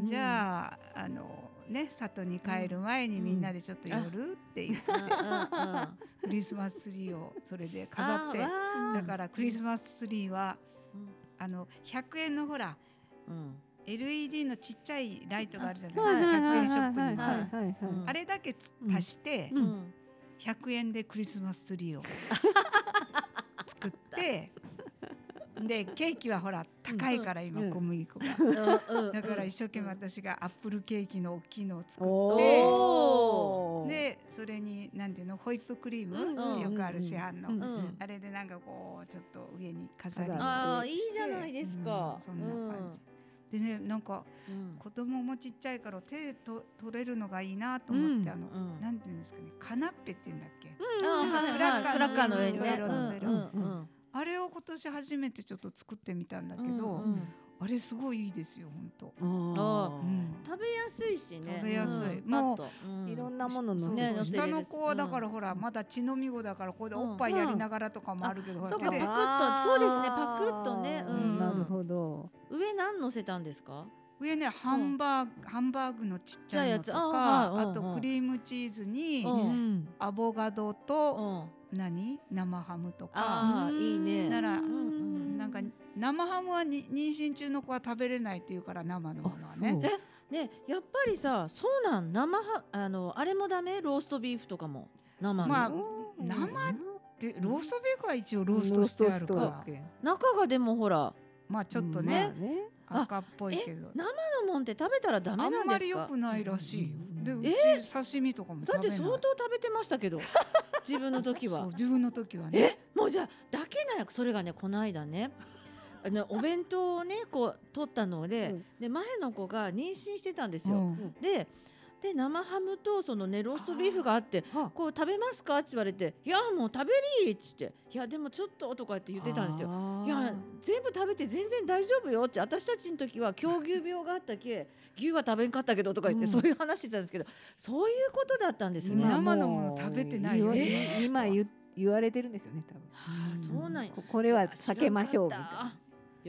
Speaker 2: う
Speaker 1: て
Speaker 2: ん
Speaker 1: じゃああのね里に帰る前にみんなでちょっと寄るっていうクリスマスツリーをそれで飾ってだからクリスマスツリーはあの100円のほら LED のちっちゃいライトがあるじゃ
Speaker 3: あはい
Speaker 1: ないですか100円ショップに
Speaker 3: はいはい
Speaker 1: は
Speaker 3: はいはいはい
Speaker 2: うん
Speaker 1: あれだけつ
Speaker 3: うん
Speaker 1: 足して
Speaker 3: うん
Speaker 1: 100円でクリスマスツリーを作ってでケーキはほら高いから今
Speaker 3: うん
Speaker 1: 小麦粉が。だ
Speaker 2: だ
Speaker 1: から一生懸命私がアップルケーキの大きいのを作って
Speaker 3: お
Speaker 2: お
Speaker 3: ー
Speaker 1: でそれに何ていうのホイップクリーム、
Speaker 3: うん
Speaker 2: うん
Speaker 1: よくある市販の、
Speaker 3: うん
Speaker 2: うん
Speaker 1: あれでなんかこうちょっと上に飾り
Speaker 3: 飾る
Speaker 2: あーいいじゃないですか
Speaker 1: うんそんな感じ、でねなんか子供もちっちゃいから手でと取れるのがいいなと思って、
Speaker 3: うん
Speaker 1: あの、
Speaker 2: うん
Speaker 1: なんていうんですかねカナッペっていうんだっけ、
Speaker 2: クラッカーの上にね
Speaker 1: あれを今年初めてちょっと作ってみたんだけど、あれすごいいいですよ本当、
Speaker 3: あ
Speaker 1: うん
Speaker 2: 食べやすいしね
Speaker 3: ーいろんなものの
Speaker 1: そう
Speaker 2: ね
Speaker 1: そう
Speaker 2: 乗せれ
Speaker 1: 下
Speaker 2: る
Speaker 1: の子はだから
Speaker 2: うん
Speaker 1: ほらまだ血のみ子だからこれで
Speaker 2: うん
Speaker 1: おっぱいやりながらとかもあるけど、ほら
Speaker 2: そうか
Speaker 1: 手で
Speaker 2: パクッとそうですねパクッとね
Speaker 3: あー
Speaker 1: うん
Speaker 3: なるほど
Speaker 2: 上何乗せたんですか
Speaker 1: 上ねハンバーグ、ハンバーグのちっちゃいのと
Speaker 2: ちっちゃいやつあ
Speaker 1: か
Speaker 2: は
Speaker 1: あ,、
Speaker 2: いうんうん
Speaker 1: とクリームチーズに
Speaker 2: うん
Speaker 3: うん
Speaker 1: アボガド
Speaker 2: う
Speaker 1: と、
Speaker 2: ん
Speaker 1: 何生ハムとか
Speaker 2: ああいいね
Speaker 1: なら
Speaker 2: うん
Speaker 1: なんか生ハムはに妊娠中の子は食べれないっていうから生のものはね
Speaker 3: あそう
Speaker 2: ねやっぱりさそうなん生はあのあれもダメローストビーフとかも生の、
Speaker 1: まあ
Speaker 3: うん
Speaker 1: 生でローストビーフは一応ローストしてあるか
Speaker 3: ロースト
Speaker 1: ら
Speaker 3: してあるわ
Speaker 2: 中がでもほら
Speaker 1: うんまあ
Speaker 3: け
Speaker 1: ちょっと
Speaker 3: まあ
Speaker 1: ね、
Speaker 3: ね
Speaker 2: あ
Speaker 1: 赤っぽいけど
Speaker 2: な生のもんって食べたらダメな
Speaker 1: あ
Speaker 2: んですか
Speaker 1: んまり良くないらしいよで
Speaker 3: うん
Speaker 1: うち刺身とかも食
Speaker 2: だっ
Speaker 1: べ
Speaker 2: て
Speaker 1: ない
Speaker 2: 相当食べてました けど自分の時
Speaker 1: そう
Speaker 2: は
Speaker 1: 自分の時はね
Speaker 2: えもうじゃあだけなやそれがねこの間ねあのお弁当をねこう取ったので、
Speaker 3: うん
Speaker 2: で前の子が妊娠してたんです
Speaker 1: う
Speaker 2: よ、
Speaker 1: ん
Speaker 2: でで生ハムとそのねローストビーフがあって
Speaker 3: は
Speaker 2: こう食べますかって言われて「いやもう食べり」っつって「いやでもちょっと」とかって言ってたんですよ。
Speaker 3: あー
Speaker 2: いや全部食べて全然大丈夫よって私たちの時は狂牛病があっ たけ牛は食べんかったけどとか言って、
Speaker 3: うん
Speaker 2: そういう話してたんですけどそういうことだったんですね。
Speaker 1: 生
Speaker 2: あ
Speaker 1: のもの食べてないよ
Speaker 3: 今今言言われてるんですよね多分
Speaker 2: あそうなんや
Speaker 3: ここれは
Speaker 2: そ
Speaker 3: 避
Speaker 2: う
Speaker 3: けましょうみ
Speaker 2: 知
Speaker 3: たい
Speaker 2: らん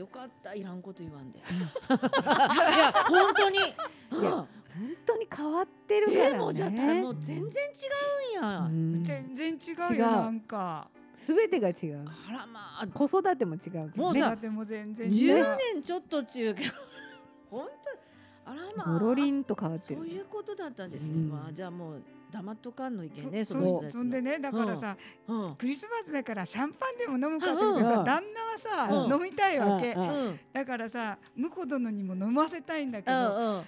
Speaker 2: か
Speaker 3: な
Speaker 2: ったよかったいらんこと言わ んで。いや本当に、うん
Speaker 3: いや本当に変わってるからね
Speaker 2: えもうじゃあもう全然違うんや。
Speaker 3: うん
Speaker 1: 全然違
Speaker 3: 違
Speaker 1: う
Speaker 3: う
Speaker 1: よなんか
Speaker 3: 全てが違う
Speaker 2: あらまあ
Speaker 3: 子育ても違うからね
Speaker 2: もう
Speaker 1: 目
Speaker 2: さ
Speaker 1: 立ても全然違う
Speaker 2: 10年ちょっと中継 本当あらまあ
Speaker 3: ゴロリンと変わって
Speaker 2: そ
Speaker 3: る
Speaker 2: ういうことだったんですね、
Speaker 3: うん
Speaker 2: まあじゃあもう黙っとかんのいけん
Speaker 1: そ
Speaker 2: ねそ
Speaker 1: そ
Speaker 2: の人
Speaker 1: う
Speaker 2: たち
Speaker 1: そんで
Speaker 2: ね、
Speaker 1: ねだからさ
Speaker 2: うん
Speaker 1: クリスマスだからシャンパンでも飲むかって言うけど
Speaker 3: う
Speaker 1: さ
Speaker 3: ん
Speaker 1: 旦那は
Speaker 2: うん
Speaker 1: さ飲みたいわけ
Speaker 3: うんうん
Speaker 2: うん
Speaker 1: だからさ婿殿にも飲ませたいんだけ
Speaker 2: う
Speaker 1: ど
Speaker 2: んうん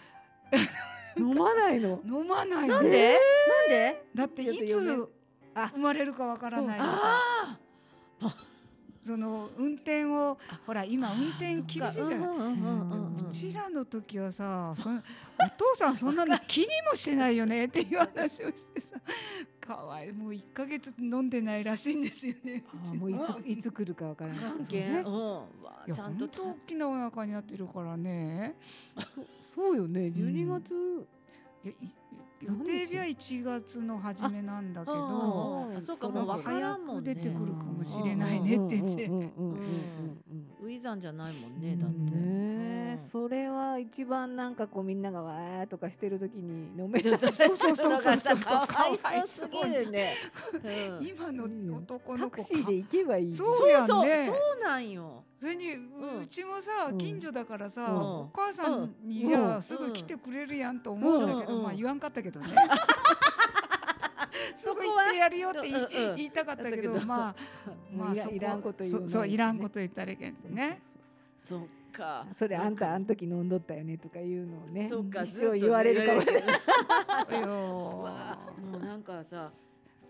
Speaker 3: 飲まないの
Speaker 1: 飲まない
Speaker 2: な
Speaker 1: の
Speaker 2: んでなんで
Speaker 1: だっていつ
Speaker 3: ちょっと嫁あ
Speaker 1: 生まれるかわからないから
Speaker 2: あ
Speaker 1: その運転をほら今
Speaker 2: あ
Speaker 1: 運転厳しいじゃ
Speaker 2: そっか
Speaker 1: ん
Speaker 2: うんうんうんうんうん
Speaker 1: うちらの時は さ、そんお父さんそんなの気にもしてないよねっていう話をして さ、かわいいもう一ヶ月飲んでないらしいんですよね。
Speaker 3: あ
Speaker 1: うち
Speaker 3: ーもういついつ来るかわからない
Speaker 2: 関
Speaker 3: そう
Speaker 2: 係
Speaker 3: ね
Speaker 2: うんわ
Speaker 1: いや
Speaker 2: ちゃんと
Speaker 1: 本当大きなお腹になってるからね。
Speaker 3: そうよね12月
Speaker 1: いやい予定日は1月の初めなんだけど
Speaker 2: ああそうか
Speaker 1: そ
Speaker 2: も
Speaker 1: ろ
Speaker 2: う
Speaker 1: そろ
Speaker 2: 分から
Speaker 1: 早
Speaker 2: んも
Speaker 1: く
Speaker 2: んね
Speaker 1: 出てくるかもしれ
Speaker 2: ん
Speaker 1: ないねって言っ
Speaker 3: うん
Speaker 1: て
Speaker 3: うんうんうんうん
Speaker 2: ウィザンじゃないもんね
Speaker 1: うん
Speaker 2: だって、
Speaker 3: ねえそれは一番なんかこうみんながわーとかしてる時に飲めると
Speaker 1: そうそうそうそうそう
Speaker 2: かわいそうす
Speaker 1: そう
Speaker 2: ぎるね、うん
Speaker 1: 今の男の子
Speaker 3: タク
Speaker 1: か
Speaker 3: シーで行けばいい
Speaker 1: そう
Speaker 2: そう
Speaker 1: やんね
Speaker 2: そうそうなんよ
Speaker 1: それに
Speaker 2: うん
Speaker 1: ううちもさ
Speaker 3: うん
Speaker 1: 近所だからさ
Speaker 2: うん
Speaker 1: お母さんに
Speaker 3: うん
Speaker 1: いや
Speaker 3: うん
Speaker 1: すぐ来てくれるやんと思うんだけ
Speaker 2: うんう
Speaker 1: ど
Speaker 2: ん
Speaker 1: まあ言わんかったけどね
Speaker 2: そ
Speaker 1: そ
Speaker 2: こ
Speaker 1: こ
Speaker 2: は
Speaker 1: 行ってやるよって言い
Speaker 2: うんうん
Speaker 1: 言いたかったけ
Speaker 2: だけ
Speaker 1: ど
Speaker 2: ど
Speaker 1: まあまあ
Speaker 3: いら
Speaker 1: そこ
Speaker 3: いらんこと言うの
Speaker 1: そ
Speaker 3: に
Speaker 1: そういらんこと言ったらいけん
Speaker 3: そうそうそう
Speaker 1: ね
Speaker 2: そっか
Speaker 3: それあんたあ
Speaker 2: ん
Speaker 3: ん時飲んどったよねとかいうのをね
Speaker 2: そうか
Speaker 3: 一
Speaker 2: ずっと
Speaker 3: 生言われるかもしれない
Speaker 2: 言われる
Speaker 1: そう
Speaker 2: う
Speaker 1: よ
Speaker 2: わもうなんかさ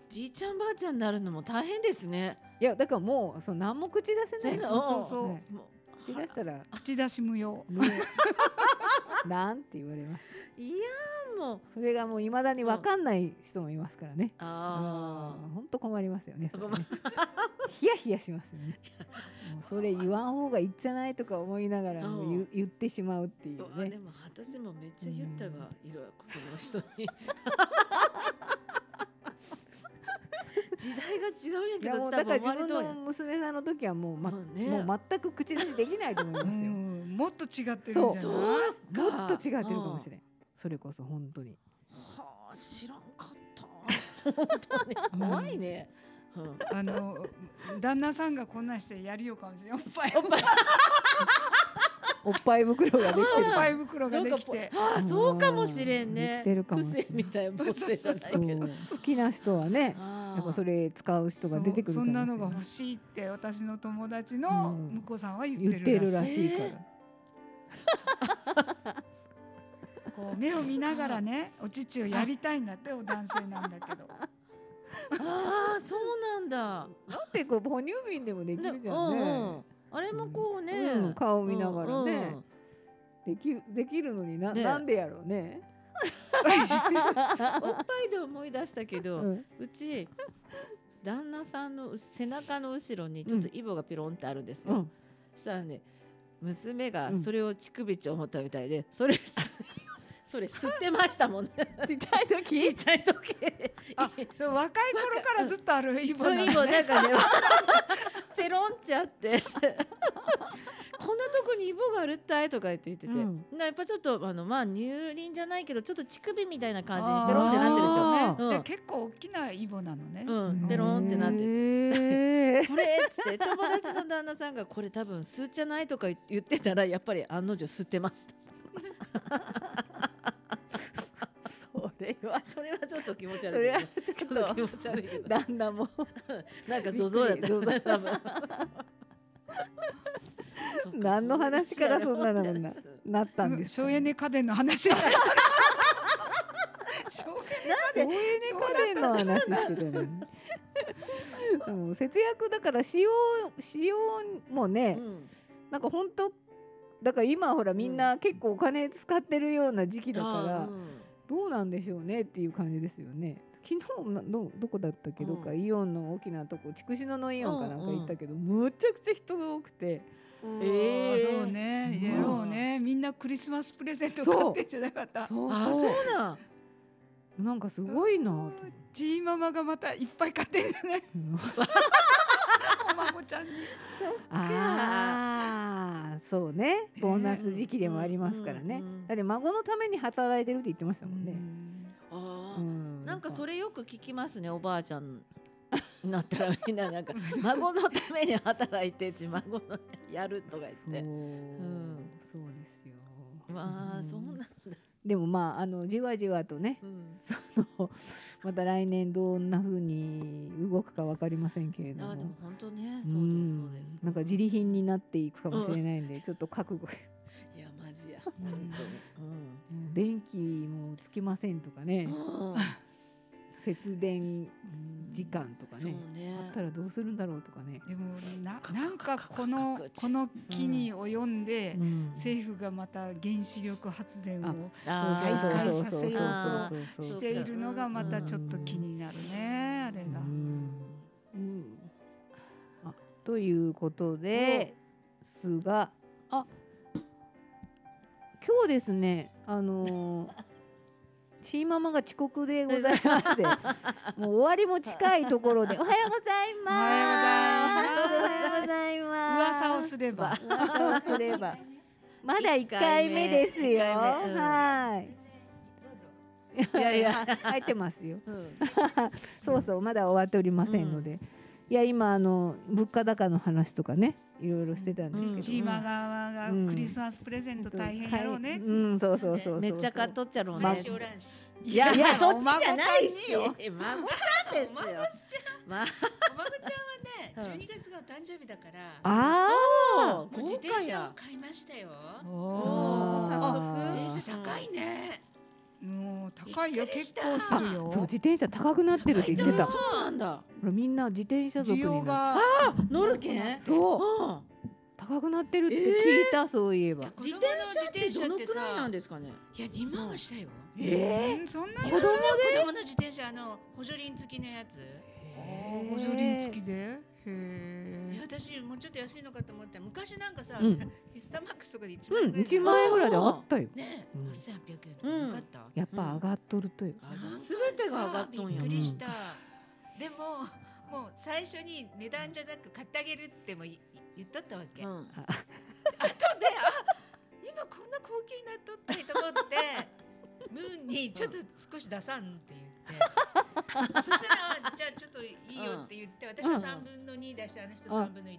Speaker 2: じいちゃんばあちゃんになるのも大変ですね
Speaker 3: いやだからもうそう何も口出せない
Speaker 2: 全然
Speaker 1: そうそう
Speaker 3: ね
Speaker 2: もう
Speaker 3: 口出したらね
Speaker 1: 口出し無用
Speaker 3: なんて言われます
Speaker 2: いやーもう
Speaker 3: それがもういまだに分かんない人もいますからね
Speaker 2: ああ
Speaker 3: 本当困りますよねそれ
Speaker 2: 困
Speaker 3: ね ヒヤヒヤしますよねもうそれ言わん方がいいんじゃないとか思いながらもう
Speaker 2: う
Speaker 3: 言
Speaker 2: ん
Speaker 3: 言ってしまうっていうう
Speaker 2: わ
Speaker 3: ね
Speaker 2: でも私もめっちゃ言ったが、いろいろその 人に時代が違うんや
Speaker 3: い
Speaker 2: け
Speaker 3: や
Speaker 2: ど
Speaker 3: もう
Speaker 2: 多
Speaker 3: だから
Speaker 2: 分
Speaker 3: 自
Speaker 2: 割
Speaker 3: 分
Speaker 2: と
Speaker 3: の娘さんの時はもう,、ま
Speaker 2: まあね
Speaker 3: もう全く口出しできないと思 いうますよ
Speaker 1: んもっと違ってるんじゃ
Speaker 2: そ
Speaker 1: ないう
Speaker 2: か
Speaker 3: もっと違ってるかもし
Speaker 2: れ
Speaker 3: れん、それこそ本当に
Speaker 2: はあ知らんかった本当に怖いね、うん
Speaker 1: あの旦那さんがこんなんしてやりようかもしれないおっぱい
Speaker 2: おっぱい
Speaker 3: おっぱい袋ができてる
Speaker 1: おっぱい袋ができ
Speaker 2: なん
Speaker 1: て
Speaker 2: かぽああそうかもしれんね
Speaker 3: うん言ってるかもしれない
Speaker 2: 癖みたいな癖じゃないけ
Speaker 3: そ
Speaker 2: ど
Speaker 3: う好きな人はね
Speaker 2: や
Speaker 3: やっぱそれ使う人が出てくる
Speaker 1: そうそんなのが
Speaker 3: かも
Speaker 1: 欲
Speaker 3: し
Speaker 1: しいって私の友達の
Speaker 3: うん
Speaker 1: 婿さんは言
Speaker 3: れない
Speaker 1: っ
Speaker 3: 言
Speaker 1: て
Speaker 3: って
Speaker 1: る
Speaker 3: る
Speaker 1: らしい、
Speaker 3: らしいから、
Speaker 2: え
Speaker 1: こう目を見ながらねお乳をやりたいんだってお男性なんだけ ど
Speaker 2: ああそうなんだ
Speaker 3: だってこう哺乳瓶でもできるじゃんね、
Speaker 2: うんうんあれもこうね、
Speaker 3: うん顔見ながらね できるできるのにな,、
Speaker 2: ね
Speaker 3: なんでやろうね、
Speaker 2: うんおっぱいで思い出したけ
Speaker 3: う、
Speaker 2: ど、うんち旦那さんの背中の後ろにちょっとイボがピロンってあるんですよ、
Speaker 3: うん
Speaker 2: そしたらね娘が
Speaker 3: うん
Speaker 2: それを乳首ち思ったみたいでそれそれ吸ってましたもんね
Speaker 3: ちっちゃい時
Speaker 2: ちっちゃい時
Speaker 1: あそう若い頃からずっとあるイボな
Speaker 2: うんん
Speaker 1: だ
Speaker 2: イボなん かねペロンちゃってこんなとこにイボがあるったいとか言って言ってて、
Speaker 3: うん
Speaker 2: なやっぱちょっとあのまあ乳輪じゃないけどちょっと乳首みたいな感じ
Speaker 1: あ
Speaker 2: に
Speaker 1: ー
Speaker 2: ペロンってなってるんですよ。
Speaker 3: あ
Speaker 2: ー
Speaker 1: で
Speaker 2: うん
Speaker 1: 結構大きなイボなのね、
Speaker 2: うん、
Speaker 1: ん
Speaker 2: ペロンってなってて
Speaker 3: て
Speaker 2: これっつって友達の旦那さんがこれ多分吸っちゃないとか言ってたらやっぱり案の定吸ってました
Speaker 3: それは
Speaker 2: それはちょっと気持ち
Speaker 3: そ
Speaker 2: 悪
Speaker 3: れはいち
Speaker 2: けどちょ
Speaker 3: ょ
Speaker 2: っと
Speaker 3: っ
Speaker 2: 気
Speaker 3: と
Speaker 2: 持ち悪いけど
Speaker 3: 旦那も
Speaker 2: なんかゾゾだ
Speaker 3: びっ
Speaker 2: っ
Speaker 3: くりゾゾ
Speaker 2: た多分そっか
Speaker 3: 何の話からそんなの
Speaker 2: そういう
Speaker 3: ななったん
Speaker 1: う
Speaker 3: で
Speaker 1: ん
Speaker 3: すか
Speaker 1: 省エネ家電の話省エネ
Speaker 3: 省エネ家電の話してたのにうん節約だから使用使用もね、
Speaker 2: うん
Speaker 3: なんか本当だから今ほらみんな結構お金使ってるような時期だから、
Speaker 2: あーうん
Speaker 3: どうなんでしょうねっていう感じですよね。昨日などどこだったっけどか、
Speaker 2: う
Speaker 3: イオンの大きなとこ筑紫野のイオンかなんか
Speaker 2: うんうん
Speaker 3: 行ったけど、むちゃくちゃ人が多くて
Speaker 2: えー
Speaker 1: そうね
Speaker 3: うん
Speaker 1: やろうねみんなクリスマスプレゼント買ってんじゃなかった
Speaker 3: そう
Speaker 2: あ
Speaker 3: そ
Speaker 2: そうなん
Speaker 3: うなんかすごいなと思って、
Speaker 1: ジーママがまたいっぱい買ってんじゃない
Speaker 3: うん
Speaker 1: お孫ちゃんに
Speaker 3: ああそうねボーナス時期でもありますからね、
Speaker 2: うんうんうん
Speaker 3: だって孫のために働いてるって言ってましたもんね、
Speaker 2: あー
Speaker 3: うん
Speaker 2: なんかそれよく聞きますねおばあちゃんになったらみんななんか孫のために働いてうち孫のやる
Speaker 3: そ
Speaker 2: とか
Speaker 3: う,、
Speaker 2: 言って
Speaker 3: そうですよ
Speaker 2: まあそんな、
Speaker 3: でもまああのじわじわとね
Speaker 2: うん、
Speaker 3: そのまた来年どんな風に動くかわかりませんけれども
Speaker 2: あでも本当ね
Speaker 3: う
Speaker 2: そうですそうんです
Speaker 3: なんか自利品になっていくかもしれないんで、ちょっと覚悟
Speaker 2: いやマジや本当に
Speaker 3: 電気もつきませんとかね
Speaker 2: うん、うん
Speaker 3: 節電時間とか
Speaker 2: そう
Speaker 3: ね
Speaker 2: ね
Speaker 3: あったらどうするんだろうとかね、
Speaker 1: でもな
Speaker 2: カク
Speaker 1: な
Speaker 2: カク
Speaker 1: んかこ
Speaker 2: カ
Speaker 1: の
Speaker 2: クカク
Speaker 1: この機に及んで、
Speaker 3: うん
Speaker 1: 政府がまた原子力発電
Speaker 3: あ
Speaker 1: を
Speaker 3: そう
Speaker 2: あ
Speaker 1: 再
Speaker 2: ー
Speaker 1: 開させようと
Speaker 3: そう
Speaker 2: そ
Speaker 1: し
Speaker 2: う
Speaker 1: ているのがまたちょっと気になるねあれ
Speaker 3: う
Speaker 1: が。
Speaker 3: んうんあということですがあ今日ですねあのーチーママが遅刻でございましてもう終わりも近いところでおはようございます
Speaker 1: おはようございます
Speaker 3: おはよう
Speaker 1: 噂
Speaker 3: ございます
Speaker 1: をすれば
Speaker 3: 噂をすればまだ一回目ですよ
Speaker 2: 一回目うん
Speaker 3: はい
Speaker 2: いやいや
Speaker 3: 入ってますよ
Speaker 2: うん
Speaker 3: そうそうまだ終わっておりませんので、いや今あの物価高の話とかねいろいろしてたんですけど、
Speaker 2: うん
Speaker 1: チーマ側がクリスマスプレゼント大変やろうねって
Speaker 3: うん、そうそうそうそう
Speaker 2: めっちゃ買っとっちゃろう
Speaker 3: まあ
Speaker 2: ね。
Speaker 3: し
Speaker 2: いやいやそっちじゃないし、
Speaker 1: お
Speaker 2: 孫
Speaker 1: 孫
Speaker 2: ちゃんですよ。まあ
Speaker 4: お孫ち ゃんはね、12月がお誕生日だから、
Speaker 3: あ
Speaker 2: おー
Speaker 4: 自
Speaker 2: 豪
Speaker 4: 転
Speaker 2: 華
Speaker 4: 車を
Speaker 2: や。
Speaker 4: 買いましたよ。
Speaker 1: お
Speaker 2: お
Speaker 1: ー
Speaker 2: ー早速
Speaker 3: あ
Speaker 4: 自転車高いね。
Speaker 1: もう高いよ
Speaker 4: びっくり
Speaker 1: 結
Speaker 4: した
Speaker 1: 構する
Speaker 3: あ
Speaker 1: よ
Speaker 3: そう自転車高くなってるって言ってた
Speaker 2: そ
Speaker 3: ほ
Speaker 2: うなんだ。
Speaker 3: らみんな自転車族
Speaker 1: 需
Speaker 3: にな
Speaker 1: 要が
Speaker 2: 乗るけん。
Speaker 3: そう
Speaker 2: うん
Speaker 3: 高くなってるって聞いた、そういえば
Speaker 2: 自転車ってどのくらいなんですかね。
Speaker 4: いや、2万はしたよ。
Speaker 3: え
Speaker 1: うんそんな
Speaker 4: 子
Speaker 1: に
Speaker 4: 供子供の自転車、あの、補助輪付きのやつ。
Speaker 1: あー補助輪付きでへ
Speaker 4: いや
Speaker 1: え
Speaker 4: 私もうちょっと安いのかと思った昔なんかさ、
Speaker 3: うん
Speaker 4: ミスターマックスとかで1
Speaker 3: うん
Speaker 4: 万円ぐらい
Speaker 3: 1万円ぐらいであったよ
Speaker 4: ねえ
Speaker 3: うん
Speaker 4: 8800円とかなかった、
Speaker 3: やっぱ上がっとるという
Speaker 2: あじゃあ全てが上がっとん
Speaker 4: びっ
Speaker 2: や
Speaker 4: く
Speaker 3: ね。
Speaker 4: りした、でももう最初に値段じゃなく買ってあげるってもい言っとったわけ、
Speaker 2: う
Speaker 4: 後
Speaker 2: ん
Speaker 4: であ今こんな高級になっとったりと思 ってムーンにちょっと少し出さんって言って、 そしたらあじゃあちょっといいよって言って私
Speaker 3: う
Speaker 4: が
Speaker 3: ん
Speaker 4: 3分の2出してあの人
Speaker 3: あ
Speaker 4: 3分の1。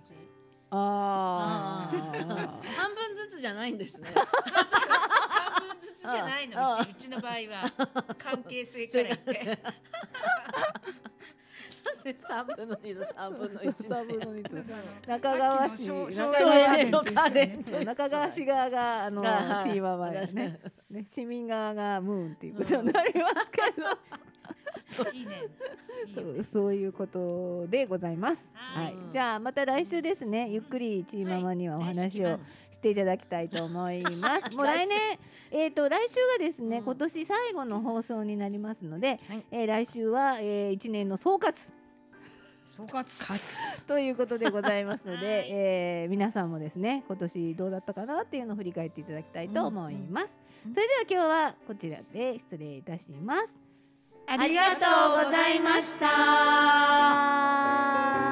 Speaker 3: あ
Speaker 2: あ
Speaker 3: あ
Speaker 2: ー半分ずつじゃないんですね。
Speaker 4: 半分ずつじゃないのうちうちの場合は関係性から言って
Speaker 2: で 三分の二の三分の一ね。
Speaker 3: 三分の二と
Speaker 1: だから
Speaker 3: 中川市
Speaker 1: さっきの省
Speaker 3: 中
Speaker 2: 省
Speaker 3: 川
Speaker 2: エネ
Speaker 3: 市
Speaker 2: の家電
Speaker 3: そう中川市側があのチ
Speaker 2: が
Speaker 3: ーママやね。ね市民側がムーンっていうことになりますけど、
Speaker 4: いいねいい
Speaker 3: そ
Speaker 4: よ
Speaker 3: うそういうことでございます。
Speaker 4: は
Speaker 3: はいい、じゃあまた来週ですね。ゆっくりチーママにはお話をしていただきたいと思います。もう来年、えっ、と来週がですね、
Speaker 2: うん
Speaker 3: 今年最後の放送になりますので、
Speaker 2: はい
Speaker 3: えー来週はえー一、年の総括
Speaker 1: 総括
Speaker 2: 勝つ。
Speaker 3: ということでございますの
Speaker 4: は
Speaker 3: で、
Speaker 4: い
Speaker 3: えー皆さんもですね今年どうだったかなっていうのを振り返っていただきたいと思います、
Speaker 2: うんうん
Speaker 3: それでは今日はこちらで失礼いたします
Speaker 1: あ
Speaker 3: ありがとうございました